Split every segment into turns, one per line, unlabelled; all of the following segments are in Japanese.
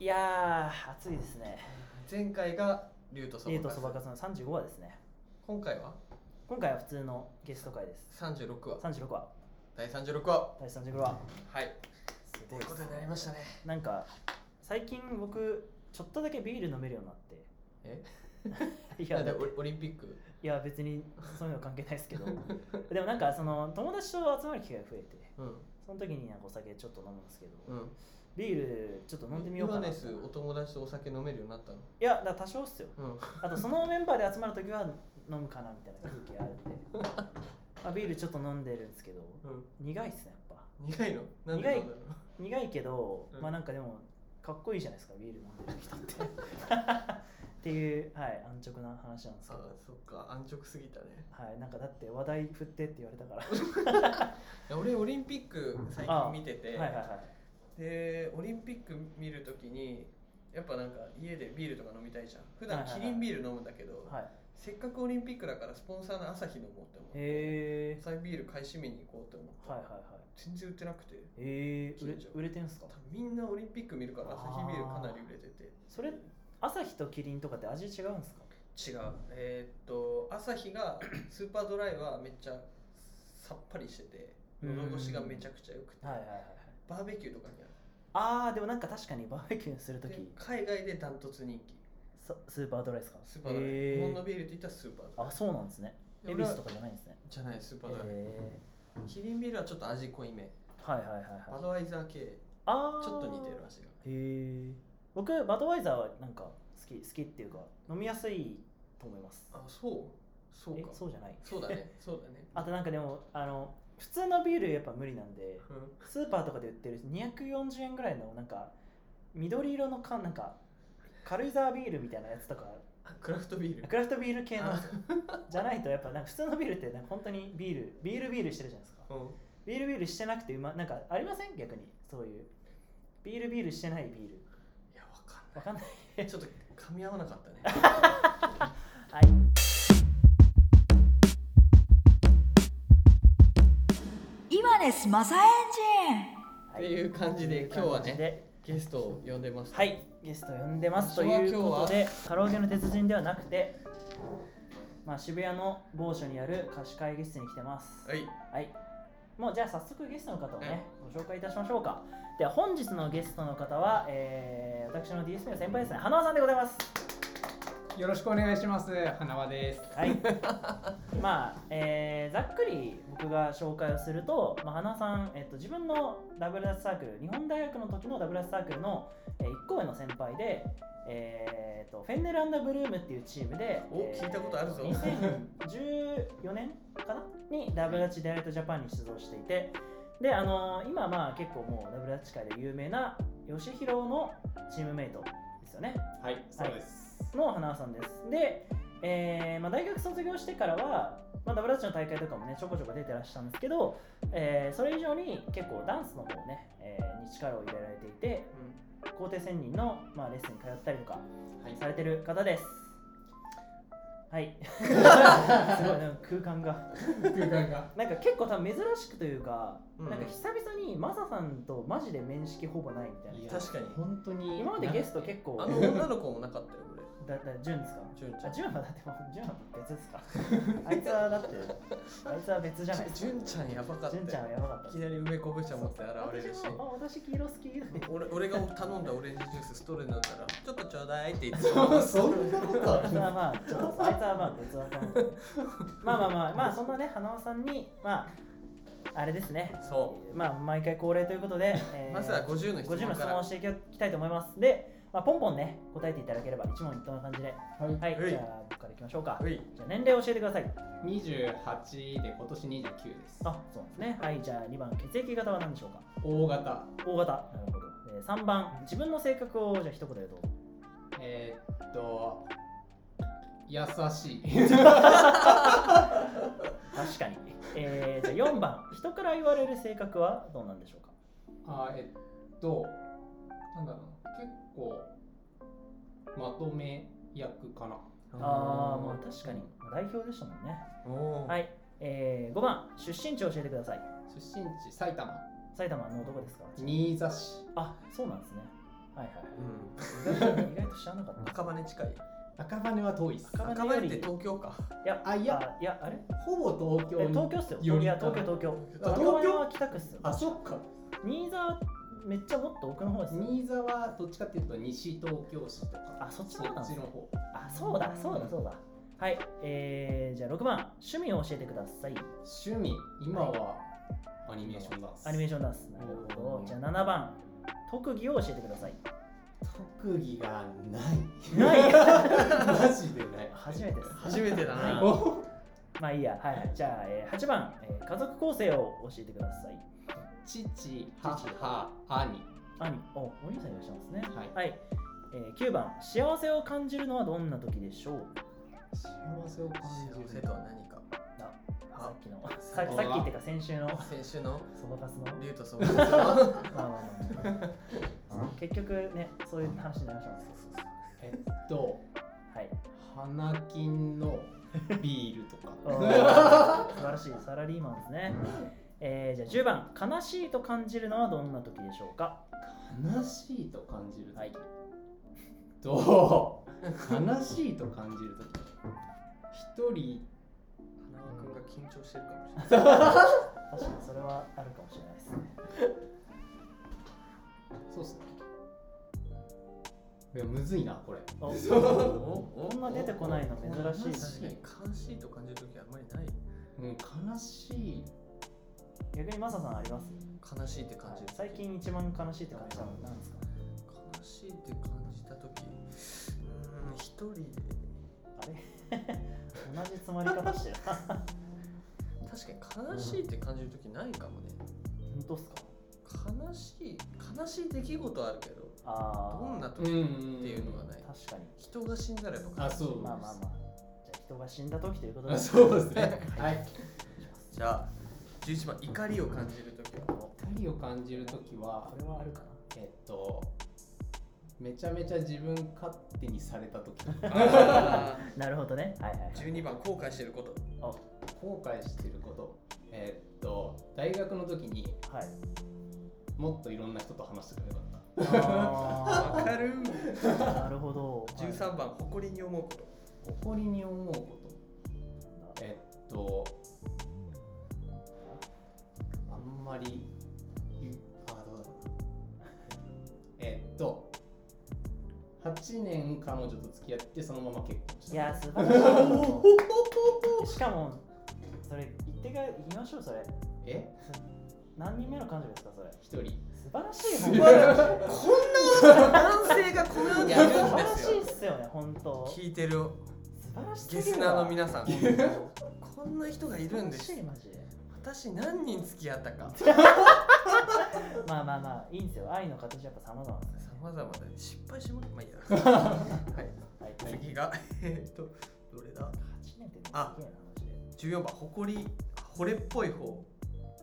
いやー、暑いですね。
前回が竜とそ
竜
ば
と
か
そばかすの35話ですね。
今回は
今回は普通のゲスト会です。
36話
36話、
第36話
第36話。
はい
す
ということになりましたね
なんか、最近僕、ちょっとだけビール飲めるようになっ
え
て。 い
いや
や、
で
だって
オオリンピック
いや別にそういうの関係ないですけど。 でもなんか、その友達と集まる機会が増えて、
うん
その時になんかお酒ちょっと飲むんですけど、
うん
ビールちょっと飲んでみようか
ヨ
な。
ハ
い
ネスお友達とお酒飲めるようになったの
や、だから多少っすよ。
うん
あとそのメンバーで集まるときは飲むかなみたいな空気があるんで、 まあ、ビールちょっと飲んでるんですけど
うん
苦いっすねやっぱ
苦いのなんでなんだろ
苦いけど、
うん
まあなんかでもかっこいいじゃないですかビール飲んでる人 ってっていう、はい、安直な話なんですけど
あそっか安直すぎたね
はいなんかだって話題振ってって言われたから
いや俺オリンピック最近見てて
はいはいはい
でオリンピック見るときにやっぱなんか家でビールとか飲みたいじゃん普段
はいはい
キ
はい
リンビール飲むんだけど、
はい
せっかくオリンピックだからスポンサーの朝日飲もうって思って
へえ
朝日ビール買い占めに行こうって思って、
はいはいはい
全然売ってなくて
えー、売れ
近所
売れてんすか
多分みんなオリンピック見るから朝日ビールかなり売れてて
それ朝日とキリンとかって味違うんですか
違うえーっと朝日 がスーパードライはめっちゃさっぱりしてて喉越しがめちゃくちゃ良くて
はいはいはいはい
バーベキューとかにある
あーでもなんか確かにバーベキューするとき
で海外でダントツ人気
ススーパードライですか
スーパードライ、
へ
日
ー
本のビールって言ったらスーパードライ
あそうなんですね
で
恵比寿
俺は
とかじゃないんですね
じゃないスーパードライ、
へ
キリンビールはちょっと味濃いめ
ーはいはいはい
バ
はい
ドワイザー系
あー
ちょっと似てる味が
へえ僕バドワイザーはなんか好き好きっていうか飲みやすいと思います
あそうそう
え
か
そうじゃない
そうだねそうだね
あとなんかでもあの普通のビールやっぱ無理なんで
うん
スーパーとかで売ってる240円ぐらいのなんか緑色の缶なんか軽井沢ビールみたいなやつとか
あクラフトビール
クラフトビール系の
あ
じゃないとやっぱなんか普通のビールってなんか本当にビールビールビールしてるじゃないですか
うん
ビールビールしてなくてうまなんかありません逆にそういうビールビールしてないビール
いやわかん
わかんない
ない ちょっと噛み合わなかったね
はい
今ですマサエンジン
は
っていう感じで今日はね
という感じで
ゲストを呼んでます
はいゲスト呼んでますと
場所は
いうことでカラオケの鉄人ではなくてまあ渋谷の某所にある貸し会議室に来てます
はい
はいもうじゃあ早速ゲストの方を
はい
ねご紹介いたしましょうかでは本日のゲストの方は、えー、私の DSP の先輩ですね花輪さんでございます
よろしくお願いします。花輪です。
はい、まあ、えーざっくり僕が紹介をすると、まあ、花さん、えっと、自分のダブルダッチサークル日本大学の時のダブルダッチサークルの、えー、1校への先輩で、えー、とフェンネルブルームっていうチームで、
お
えー
聞いたことあるぞ
2014年かなにダブルダッチデライトジャパンに出場していてで、あのー今まあ結構もうダブルダッチ界で有名な吉弘のチームメイトですよね
はい、。
そうですの花輪さんです。で、えーまあ、大学卒業してからは、まあ、ダブルダッチの大会とかもねちょこちょこ出てらしたんですけど、えーそれ以上に結構ダンスの方ね、えーに力を入れられていて皇帝仙人の、まあ、レッスンに通ったりとか
はい
されてる方です。はい、 すごいなんか空間が
空間が
なんか結構多分珍しくというか、
うん
なんか久々にマサさんとマジで面識ほぼないみたいな
確かに
本当に。
今までゲスト結構
あの女の子もなかったよ
だだ純ですか
俺純ちゃ
あ
ん
ジュンはだってもうジュンは別です かあいつはだってあいつは別じゃないです
じゅ
か
んちゃんやばかった
ジ
よ
ュンちゃんはやばかった
い
で
き
す
なり梅こぶ茶持って現れるし
私もあ私黄色好き
俺俺が頼んだオレンジジュースストレー飲んだらちょっとちょうだいって言って
そんなこと
あいつはまあちょっとあいつはまあ別だと思うまあまあまあまあそんなね花輪さんにまああれですね
そう
まあ毎回恒例ということ で、えー
まずは50の質
50
問
の
か
質
ら
問をしていきたいと思いますで、まあ、ポンポンね答えていただければ一問一答な感じで
はい。
はい
はい
じゃあ僕からいきましょうか
はい
じゃあ年齢を教えてください
二十八で今年二十九です。
あそうですねはいじゃあ2番血液型は何でしょうか
O 型。
大型なるほど、えー、3番自分の性格をじゃあ一言でどうぞ
えー、っと。優 しい。
確かに、えー、じゃあ4番人から言われる性格はどうなんでしょうか
あ、えっと。なんだろうな。結構。まとめ役かな。
ああまあ確かにまあ代表でしたもんね
おおー
はい、えー、5番出身地を教えてください
出身地埼玉。
埼玉のどこですか
新座市。
あそうなんですねはいはい
う
意
ん
外と意外と知らなかった
赤羽近い
赤羽は遠いっす
赤羽
赤羽って東京か
いや
あいや
あいやあれ
ほぼ東京
え
に
東京っすよ
よ
い
り
や
か
東京東京
あ東京
赤羽は北区っすよ
あそっか
新座めっちゃもっと奥の方ですよ
新座はどっちかっていうと西東京市とか
あそっちの方なんですね
そっちの方
あそうだそうだそうだはいえー、じゃあ6番趣味を教えてください
趣味今はアニメーションダンス
アニメーションダンスなるほ
う
ど
ん
じゃあ7番特技を教えてください
特技がない
ない
マジでない
初めてです
初めてだな
お
まあいいやはいはいじゃあ、えー、8番、えー家族構成を教えてください
父母兄
兄おお兄さんいらっしゃいますね
はい
はい、えー、9番幸せを感じるのはどんな時でしょう
幸せを感
幸
じ
せ
る
とは何か
あ
あ
さっきの
あ
ささっきっていうか先週の
先週の
そばかすの
竜とそう は
まあまあまあま あ結局ねそういう話になりましたもんね
えっと
はい
花金のビールとか
お ー素晴らしいサラリーマンですね、えー、じゃあ10番悲しいと感じるのはどんな時でしょうか
悲しいと感じる時
はい
と 悲しいと感じる時一人
花輪君が緊張してるかもしれない
確かにそれはあるかもしれないですね
そうっすねいやむずいな これ
お
お
こんな出てこないの珍しい
確かに悲しいと感じる時あんまりない
うん悲しい
逆にマサさんあります
悲しいって感じる時
最近一番悲しいって感じたのなんですか
悲しいって感じた時うーん一人で
あれ 同じ詰まり方してる本
確かに悲しいって感じる時ないかもね
当っすか
悲しい悲しい出来事はあるけど
ああ
どんな時
う
っ
ん
ていうのはない
確かに
人が死んだらやっぱ
あそう
まあまあまあじゃあ人が死んだ時ということ
あ
で
そうですね
は
はいい
じゃあ11番怒りを感じる時は
怒りを感じる時は
これはあるか
えっとめちゃめちゃ自分勝手にされた時
あ
ななるほどねはいはいはい
ー12番後悔してること
後悔してることえっと大学の時に
はい
もっといろんな人と話してくればよかっ
わ
あ
かる
ーなるほど
13番誇りに思うこと
た誇りに思うことえっとあんまり言うあどうだろうなえっと8年彼女と付き合ってそのまま結婚した
いや素晴らしいしかもそれ言ってから言いましょうそれ
え
何人目の彼女ですかそれ
一人
素晴らしい
こ
本
ん
当
な 男性がこの世にあるん
素晴
で
ら
す
しい
よ
っすよね本当素
聞いてる
晴らしい
ゲスナーの皆さん
さ
こんな人がいるんです
しいマジで
私何人付き合ったか
まあまあまあいいんですよ愛の形やっぱ様々です
さまざまだ失敗しままあいいや はい
はい
次がえーっとどれだ
8年ってすげえな
あ
マジで
14番誇り惚れっぽい方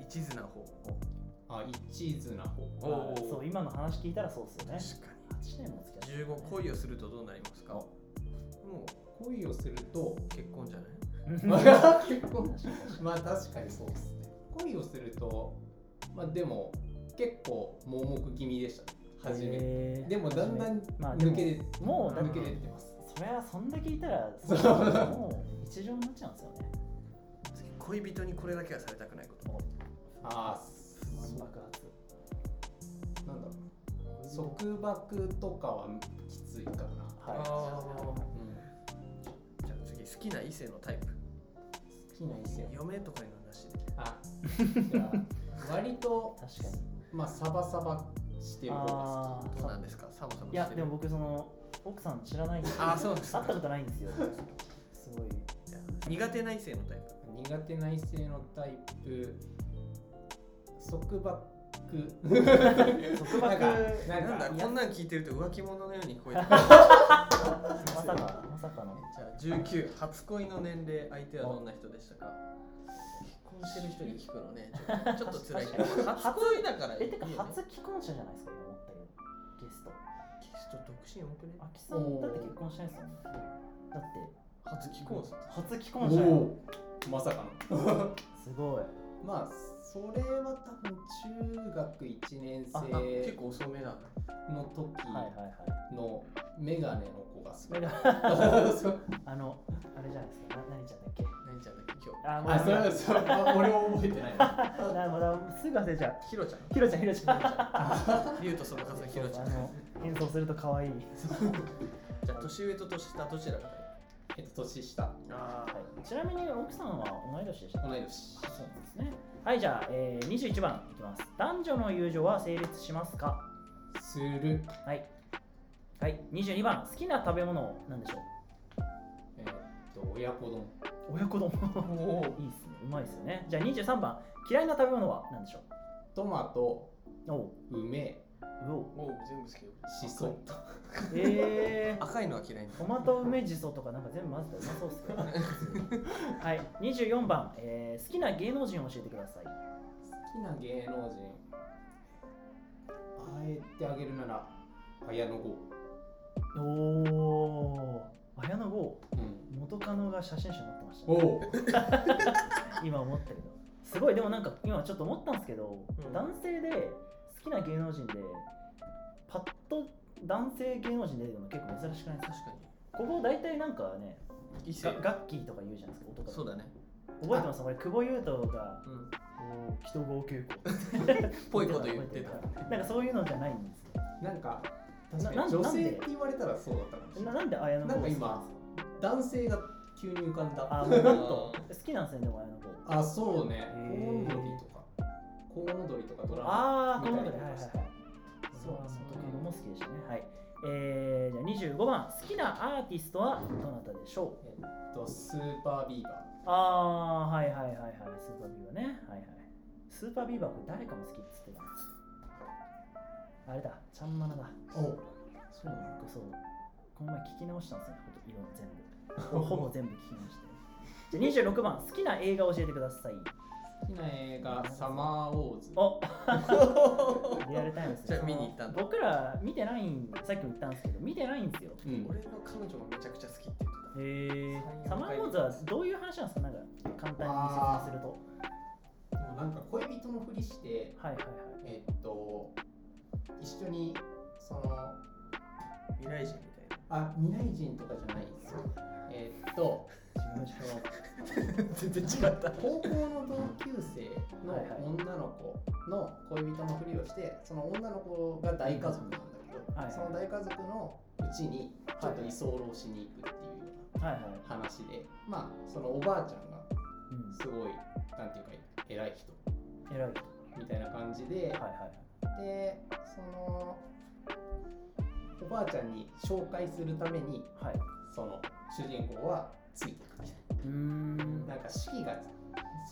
一途な方
あ一途な方
まあそう今の話聞いたらそうっすよね
確か
8年も付き合って
に15恋をするとどうなりますかも
恋をする と
う結婚じゃない
うん確か
結
に
婚
確かに
まあ確かにそうですね恋をするとまあでも結構盲目気味でしたね初め
えー
でもだんだん
まあでも
抜け
もうだっ
抜
て
け出てます
それはそんだけいたら
そう
もう日常になっちゃうんですよね
次恋人にこれだけはされたくないこと
ああ
不満
そう
爆発
なんだろう束縛とかはきついかな
はい
あ
うん
じゃあ次好きな異性のタイプ
好きな異性
嫁とかいうのなしで
あじゃあ割と
確かに
まあサバサバしてる方が
あ
どうなんですかサムサム
ーい
し
や
て
で
る
も僕その奥さん知らないんですよ
あーそうです
会ったことないんですよすごい
じゃあ苦手な異性のタイプ
好き苦手な異性のタイプ束縛
束
なんか
縛
な
なん
ん
だ
か
こんなん聞いてると浮気者のように聞こ えてくる
まさかまさかの
じゃあ19初恋の年齢相手はどんな人でしたか結婚してる人に聞くの ねちょっとちょっと辛いけど初恋だからいい
え
よ、ね、
てか初既婚者じゃないですか今思ったよりゲスト
ゲスト独身多くね
あきさんだって結婚してないですよねだって
初既婚者
初既婚者や
おおまさかの
すごい
まあそれは多分中学1年
あ
あ結
生
構遅めな
の時
はいはいはい
のメガネの子がすごい
メ ガ
そう
あのあれじゃないですかな何ちゃんだっけ
何ちゃんだっけ今
あもう
あそれそれあ俺も覚えてない
なるほどすぐ忘れちゃう
日ひろち ゃん
ひろちゃんひろちゃん
竜とその数のひろちゃん
あの演奏すると可愛い
じゃあ年上と年下どちらが
えっと年下
あ
ちなみに奥さんは同い年でした
同い年
あそうなんですねはいじゃあ、えー、21番いきます男女の友情は成立しますか
する
はいはい22番好きな食べ物なんでしょ
えっと親子丼
う親子丼
おー
いいですねうまいですよねじゃあ23番嫌いな食べ物は何でしょ
トマト
うおう
梅
うおう
もう全部好きよ
しそ
えー、
赤いのは嫌いな
トマト梅じそとかなんか全部混ぜたらうまそうっすけどね はい24番、えー好きな芸能人を教えてください
好きな芸能人あえてあげるなら綾野剛
おお綾野剛
うん
元カノが写真集持ってました、
お
ね、
お
今思ったけどすごいでもなんか今ちょっと思ったんですけど、
うん
男性で好きな芸能人でパッと男性芸能人出てくるの結構珍しくないですか
確か
ここ大体なんかね
に異性
がガッキーとか言うじゃないですか男
そうだね
覚えてます俺久保優斗が
うん
こう人号傾向
ぽいこと言ってた
なんかそういうのじゃないんですよ
なんか確かに
ななん
女性
で
って言われたらそうだったかもしれな
ないなんで綾野剛
なん
好
か
き
今男性が急に浮かんだ
あもうなんと好きなんですねでも綾野剛
あそうねコ
へ
ウ
ー
ノドリとかコウノドリとかドラマ
ああこの
見
辺
た
り
り
はい
と
はい
か
はい
した
そう元カノも好きでしたねはいえー、じゃあ25番好きなアーティストはどなたでしょう
えっとスーパービーバ
ああはいはいはいはいスーパービーバーねはいはいスーパービーバーこれ誰かも好きっつってたなあれだちゃんまなだ
ーおそうなの
そうこの前聞き直したんですよ色々 全部ほぼ全部聞き直してじゃあ26番好きな映画を教えてください
好きな映画サマーウォーズ
おリアルタイムですね
じゃあ見に行ったんだ
その僕ら見てないんさっきも言ったんですけど見てないんですよ
うん
俺の彼女がめちゃくちゃ好きって言って
へえ
最
サ
悪
マーウォーズはどういう話なんですかなんか簡単に説明すると
でもなんか恋人のふりして
はいはいはい
えっと一緒にその
た未来人みたい
あ未来人とかじゃないですよえっと
自分
その
な全然違った
高校の同級生の
はいはい
女の子の恋人のふりをしてその女の子が大家族なんだけど、
はいはい
その大家族のうちにちょっと居候しに行くっていうよう
はいはい、
な話で、まあそのおばあちゃんが
う
すごいなんていうか偉い人
ん、偉い
みたいな感じで、
はいはいはい
でそのおばあちゃんに紹介するために
はい。
その主人公はついてくみたい
ー
うな。
ん
なんか四季が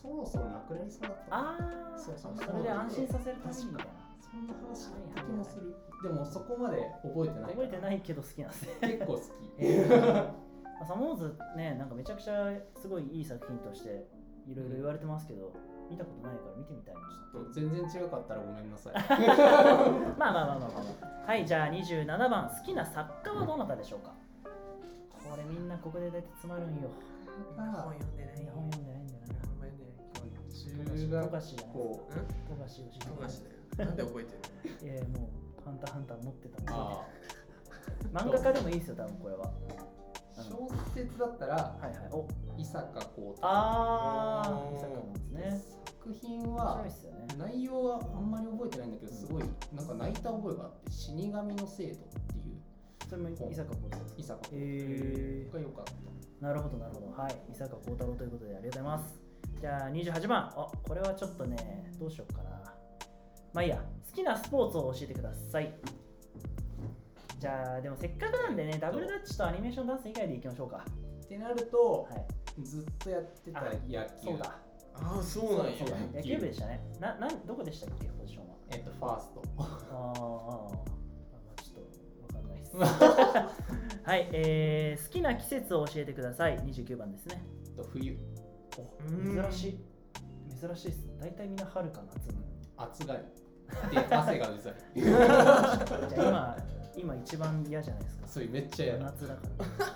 そろそろなくなりそうだったな
ああ、
そうそう
それで安心させるためにみたい
そんな話な気もする。でもそこまで覚えて
な。
ない。
覚えてないけど好きなん ですね。
結構好き。
まあサモーズね、なんかめちゃくちゃすごいいい作品としていろいろ言われてますけど、見たことないから見てみたいな。
全然違かったらごめんなさ い。
まあまあまあまあまあまあ。はい、じゃあ27番、好きな作家はどなたでしょうかこれみんなここで大体詰まるんよ。
本読んでない
日本読んでないんだよな。
本読んでない
中
富
学
樫じゃない
校。
富樫義
富
行
樫だよなんで覚えてる
いやいやもう、ハンターハンター持ってたもん
あ
漫画家でもいいですよ、多分これは。
あ。小説だったら
はいはい。お
伊坂幸太。
あ
う
ー、
ん
伊坂なんですね。
作品
面白
はい
っすよね。
内容はあんまり覚えてないんだけど、すごいなんか泣いた覚えがあって死神の生徒っていう
それも伊坂幸太郎ですか。
伊坂幸
え
太が良かった。
ー、なるほどなるほど。はい、伊坂幸太郎ということでありがとうございます。じゃあ28番、あこれはちょっとね、どうしようかな。まあいいや、好きなスポーツを教えてください。じゃあでもせっかくなんでね、ダブルダッチとアニメーションダンス以外でいきましょうか。
ってなると
はい、
ずっとやってた
あ
野
そう
球。
だ、
ああそうなんや
そうだね
野球部でしたね。ななんどこでしたっけ、ポジションは。
えっとファースト。
あーあー、あちょっとわかんないです。 はい、えー、好きな季節を教えてください。29番ですね。
えっと冬
うん
珍しい。珍しいです。大体みんな春か夏。
暑がりで汗がうざい。
じゃあ今、今一番嫌じゃないですか
それめっちゃ嫌だ
夏だ か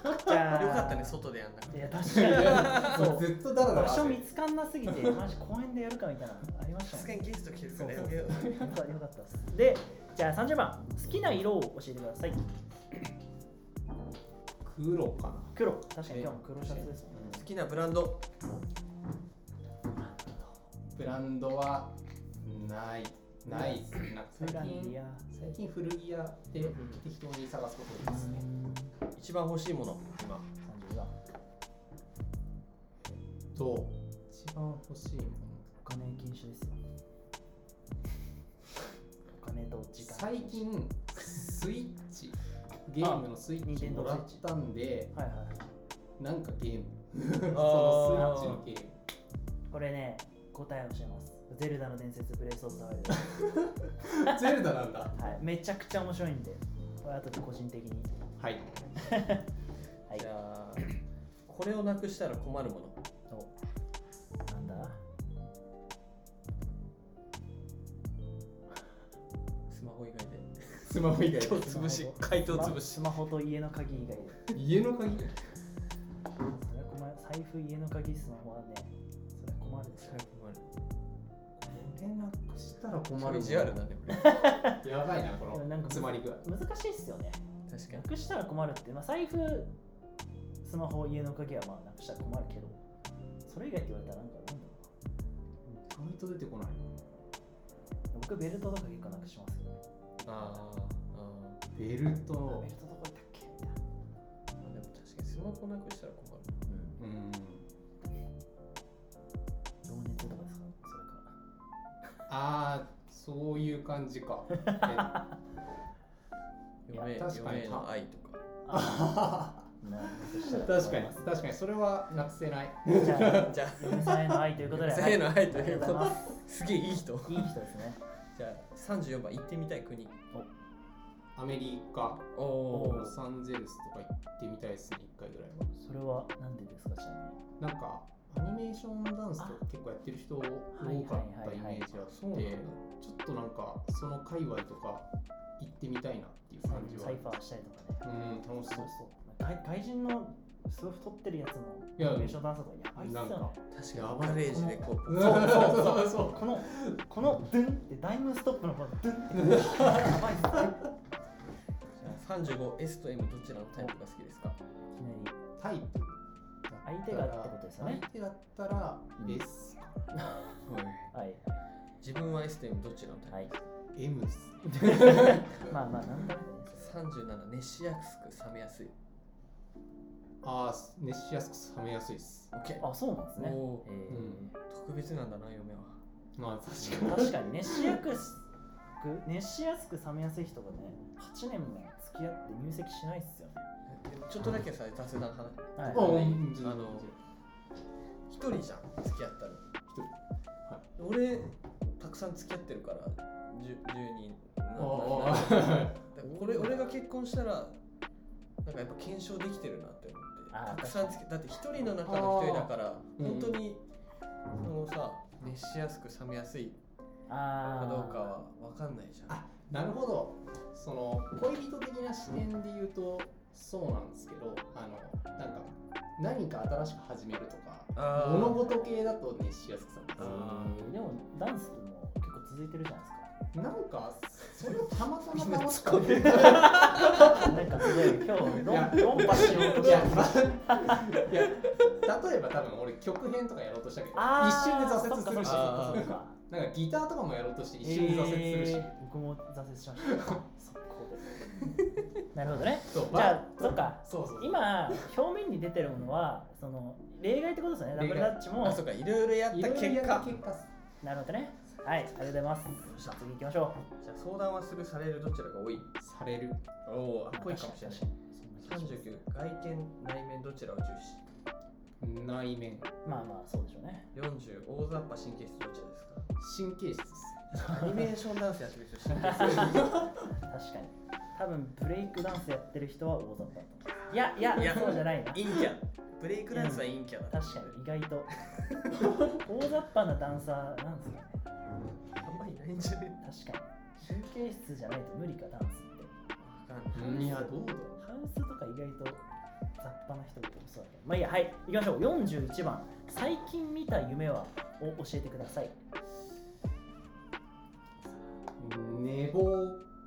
らじゃあ
よかったね外でやんなく
い
て
や確
いやい
か
や
に
も
そう
ずっとダラダラ
場所見つかんなすぎて、マジ公園でやるかみたいなのありました
さ
もん
す
ね。
がにゲスト来てるか
そう
ら
そう
やめよう
よかったよかったです。 で、じゃあ30番、好きな色を教えてください。
黒かな
黒、確かに今日も黒シャツですもんね。
好きなブランド
ブランドはないないですなんか
ブラ
最
ンデ
近
ィア。
最近古着屋で
うん
適当に探すことですね、
一番欲しいもの今
30番、
と一番欲しいもの
お金禁止ですよ。お金と時間。
最近スイッチゲームのスイッチもらったんで
はいはい。
なんかゲームそ
あー
のスイッチのゲーム
これね、答えを教えます。ゼルダの伝説ブレイスオブザワイルド。
ゼルダなんだ
はい、めちゃくちゃ面白いんで、これ後で個人的に。
は
は
い
い
じ。ゃあこれをなくしたら困るもの
おなんだ
スマホ以外で
スマホ以外
今
で
日潰し回答潰し
スマホと家の鍵以外で。
家の鍵
それは困る財布家の鍵スマホはねそれは困るでしょ
れなくしたら困
困る意
る
地悪だね俺
やばいなこ
でもなんか
の詰まり具合
難しいっすよね
確か
な
に
くしたら困るって、まあ、財布スマホ家の鍵はまあなくしたら困るけどそれ以外って言われたらなんかなんだろ
意外と出てこないう
な僕ベルトとか結構なくしますけどね
あーあー
ベルト
ベルトどこ行ったっけみたいな
まあでも確かにスマホなくしたら困る
うん
情熱とかですかそれか
ああそういう感じ かえ
嫁
確かに
嫁への愛と か
確かに確かにそれはなくせない
じゃあ
じゃあ
嫁さんへの愛ということで
せーの愛と
はいあ
い
り
う
が
こと
うござい
と
ます
すげえいい人
いい人ですね
じゃあ34番行ってみたい国
アメリカ
お
お
お
ロサンゼルスとか行ってみたいですね一回ぐらいは
それはなんでですかちなみに
なんかアニメーションダンスとか結構やってる人多かったイメージあ
はい
っ
はいはいはいそうなん
て
だ
ちょっとなんかその界隈とか行ってみたいなっていう感じは
サイファーしたりとかね
うん楽し
そ
そうう
そう外外人のすごい太ってるやつの
いや
名称ダンサーとかやばいっすよね
なんか
確かにガレージでこう
そうそうそう そう
このこのドゥンってダイムストップのこのドゥンってやばいっすよね
35 S と M どちらのタイプが好きですか
いきなり
タイプ
相手がってことですよね
相手だったら
うん
S か
はい
自分は S と M どちらのタ
はい
イプで
M っす
まあまあなんだろうね
すか、37熱しやすく冷めやすい
ああ熱しやすく冷めやすいっす
OK
あそうなんですね
おー
え
うん
特別なんだな嫁は
まあ確
ー
か
確
に
かに熱しやすく熱しやすく冷めやすい人がね8年も付き合って入籍しないっすよね
ちょっとだけさ雑談話
はい
あ
おー
うん
あの一人じゃん付き合ったの
人
俺たくさん付き合ってるからじゅ 10, 人な な
お
な
ー
だからこれ俺が結婚したらなんかやっぱ検証できてるなって思っ
あー
てたくさんつけだって一人の中の一人だから
ー
本当にそのさ熱しやすく冷めやすい
あ
か
あ
どうかは分かんないじゃん
あなるほどその恋人的な視点で言うとそうなんですけどあのなんか何か新しく始めるとか
あー
物事系だと熱しやすくされます
あー
でもダンスも結構続いてるじゃないですか
なんかそれをたまたま
今
楽
突
し
っ
か
込
っ
んでる
なんかすごい今日
いや
論論破しようと
い
し
や
てる
まあいや例えば多分俺曲編とかやろうとしたけど一
あー
瞬で挫折するし
そっかそっかそっかそっか
なんかギターとかもやろうとして一瞬で挫折するし、
えー僕も挫折しました速攻でなるほどね
そう
じゃあ
ま
そっか
そうそう
今表面に出てるものはその例外ってことですよねダ
例
ブ
外
ルダッチも
あそうかいろいろやっ
い
た
ろいろ
結
やった
果
結果
なるほどねはいありがとうございます
じゃ
次行きましょ
あ相談はするされるどちらが多い
される
おお
う
あっぽいかもしれない
確に確かにそんな気がし
39外見内面どちらを重視
内面
ますまあまあそうでしょうね
40大雑把神経質どちらですか
神経質です
アニメーションダンスやってる人知ってる
確かに多分ブレイクダンスやってる人は大雑把だと思ういやいや
いや
そうじゃないな
陰キャブレイクダンスは陰キャだ
確かに意外と 大雑把なダンサーなんですかね
あんまりいないんじゃね
確かに神経質じゃないと無理かダンスって
わかんな
ウ
い
い
ス
や、どうだ
ハウスとか意外と雑把な人もそうだけどまあいいやはい行きましょう41番最近見た夢はを教えてください
寝坊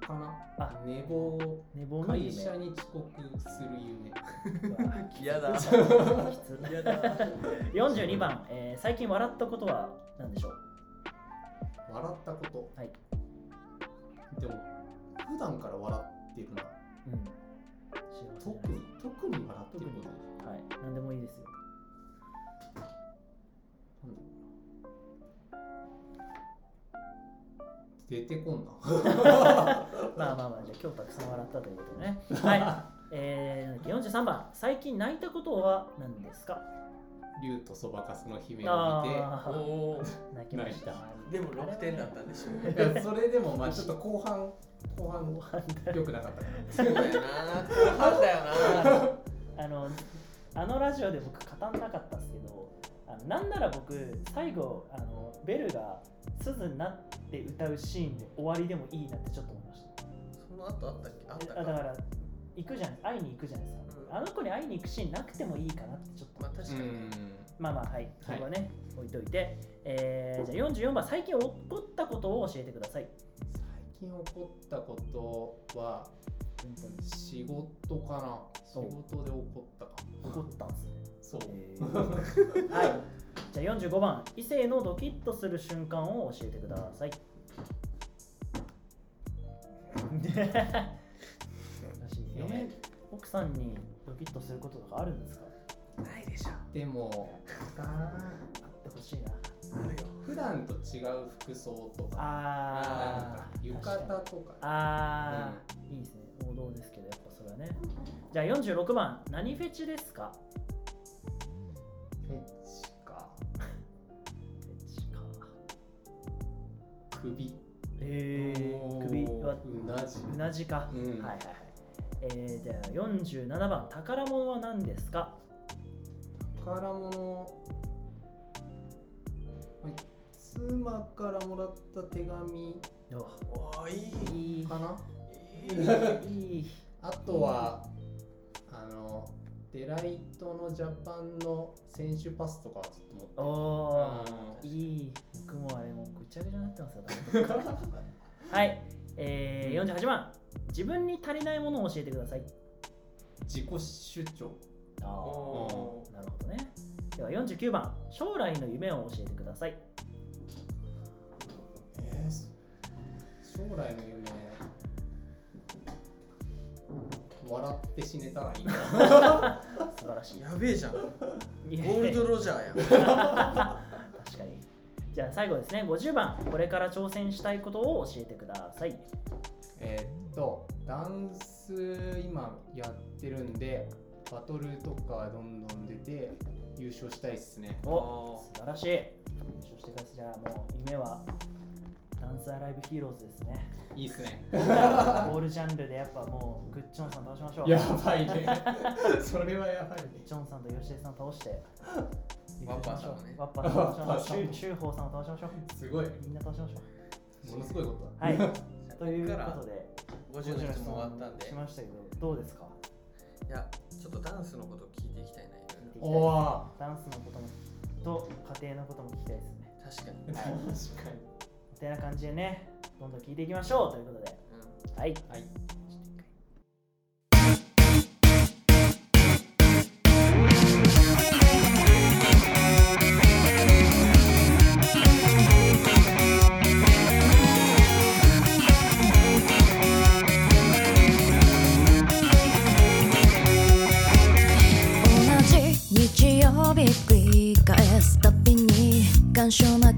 かな
あ
寝坊。
寝坊の夢
会社に遅刻する夢。
嫌だ。
きつ
嫌だ。
42番、えー最近笑ったことは何でしょう
笑ったこと。
はい。
でも、普段から笑ってるな。
うん
特に、特に笑ってることだ
はい何でもいいですよ
出てこんな。
ま あまあまあじゃあ今日たくさん笑ったということでねはいえー、43番最近泣いたことは何ですか
竜とそばかすの姫を
あ
お
あ
お。
ー泣きました
泣
でも六点だったんでしょう
見
ね。
て、いや それでもまあちょっと後半、後半
ご飯だ
良くなかったか
そうだよな。そうだよ な。
あのあのラジオで僕語んなかったんですけどあのなんなら僕最後あのベルが鈴になって歌うシーンで終わりでもいいなってちょっと思いまし
その後あったっけあった
た
か
あだから行くじゃん会いに行くじゃないです
うん
かあの子に会いに行くシーンなくてもいいかなってちょっと
まあ確
ら。
かに、
まあまあはいそれはね、置いといて、えー、じゃあ44番最近起こったことを教えてください
最近起こったことは仕事かな仕
お
事で起こったか
起こったんですね
そう、
はいじゃあ45番異性のドキッとする瞬間を教えてくだ さい
え
奥さんにドキッとすることとかあるんですか
ないでしょ
でも
あってほしいな
あるよ
普段と違う服装とかなん
あ
か
ー
浴
確
衣
かに
とか
あー、いいですね王道ですけどやっぱそれはねじゃあ46番何フェチですか
フェチか
フェチか
首
えー、首は
うなじ
うなじか、
うん
はいはいはいえー、じゃあ47番宝物は何ですか
宝物はい妻からもらった手紙
お
おーいい
いい
かない
い
あとは、あのデライトのジャパンの選手パスとかはちょっと持って
おおいい僕もあれもうぐちゃぐちゃになってますよ多分はいえー、48番自分に足りないものを教えてください
自己主張
あ
おお
なるほどねでは49番将来の夢を教えてください
えー将来の夢笑って死ねたらいい な
素晴らしい
やべえじゃんゴ
いや
ールドロジャーやん
確かにじゃあ最後ですね50番これから挑戦したいことを教えてください
えーっとダンス今やってるんでバトルとかどんどん出て優勝したいっすね
お
おー
素晴らしい優勝してくださいじゃあもう夢はダンスアライブヒーローズですね
いいっすね
オールジャンルでやっぱもうグッチョンさん倒しましょう
やばいね それはやばいね
ジョンさんと吉江さんを倒して、
ワッパーさんをね
ワッパーさんを倒
ワッパー
し
さ
ま
ん
し
を
ょう、中宝さんを倒しましょう、
すごい
みんな倒しましょ
ものすごいこと
う。
だ
はい、
っ
という
から
ことで、
50の質問終わったんで
しましたけど、どうですか
いやちょっとダンスのこと聞いていきたいな
聞いていきたい
おお
ダンスのこともと家庭のことも聞きたいですね。
確かに、
確かに
てな感じでね、どんどん聞いていきましょうということで、はい。
はい
同じ日曜日繰り返すたびに感傷な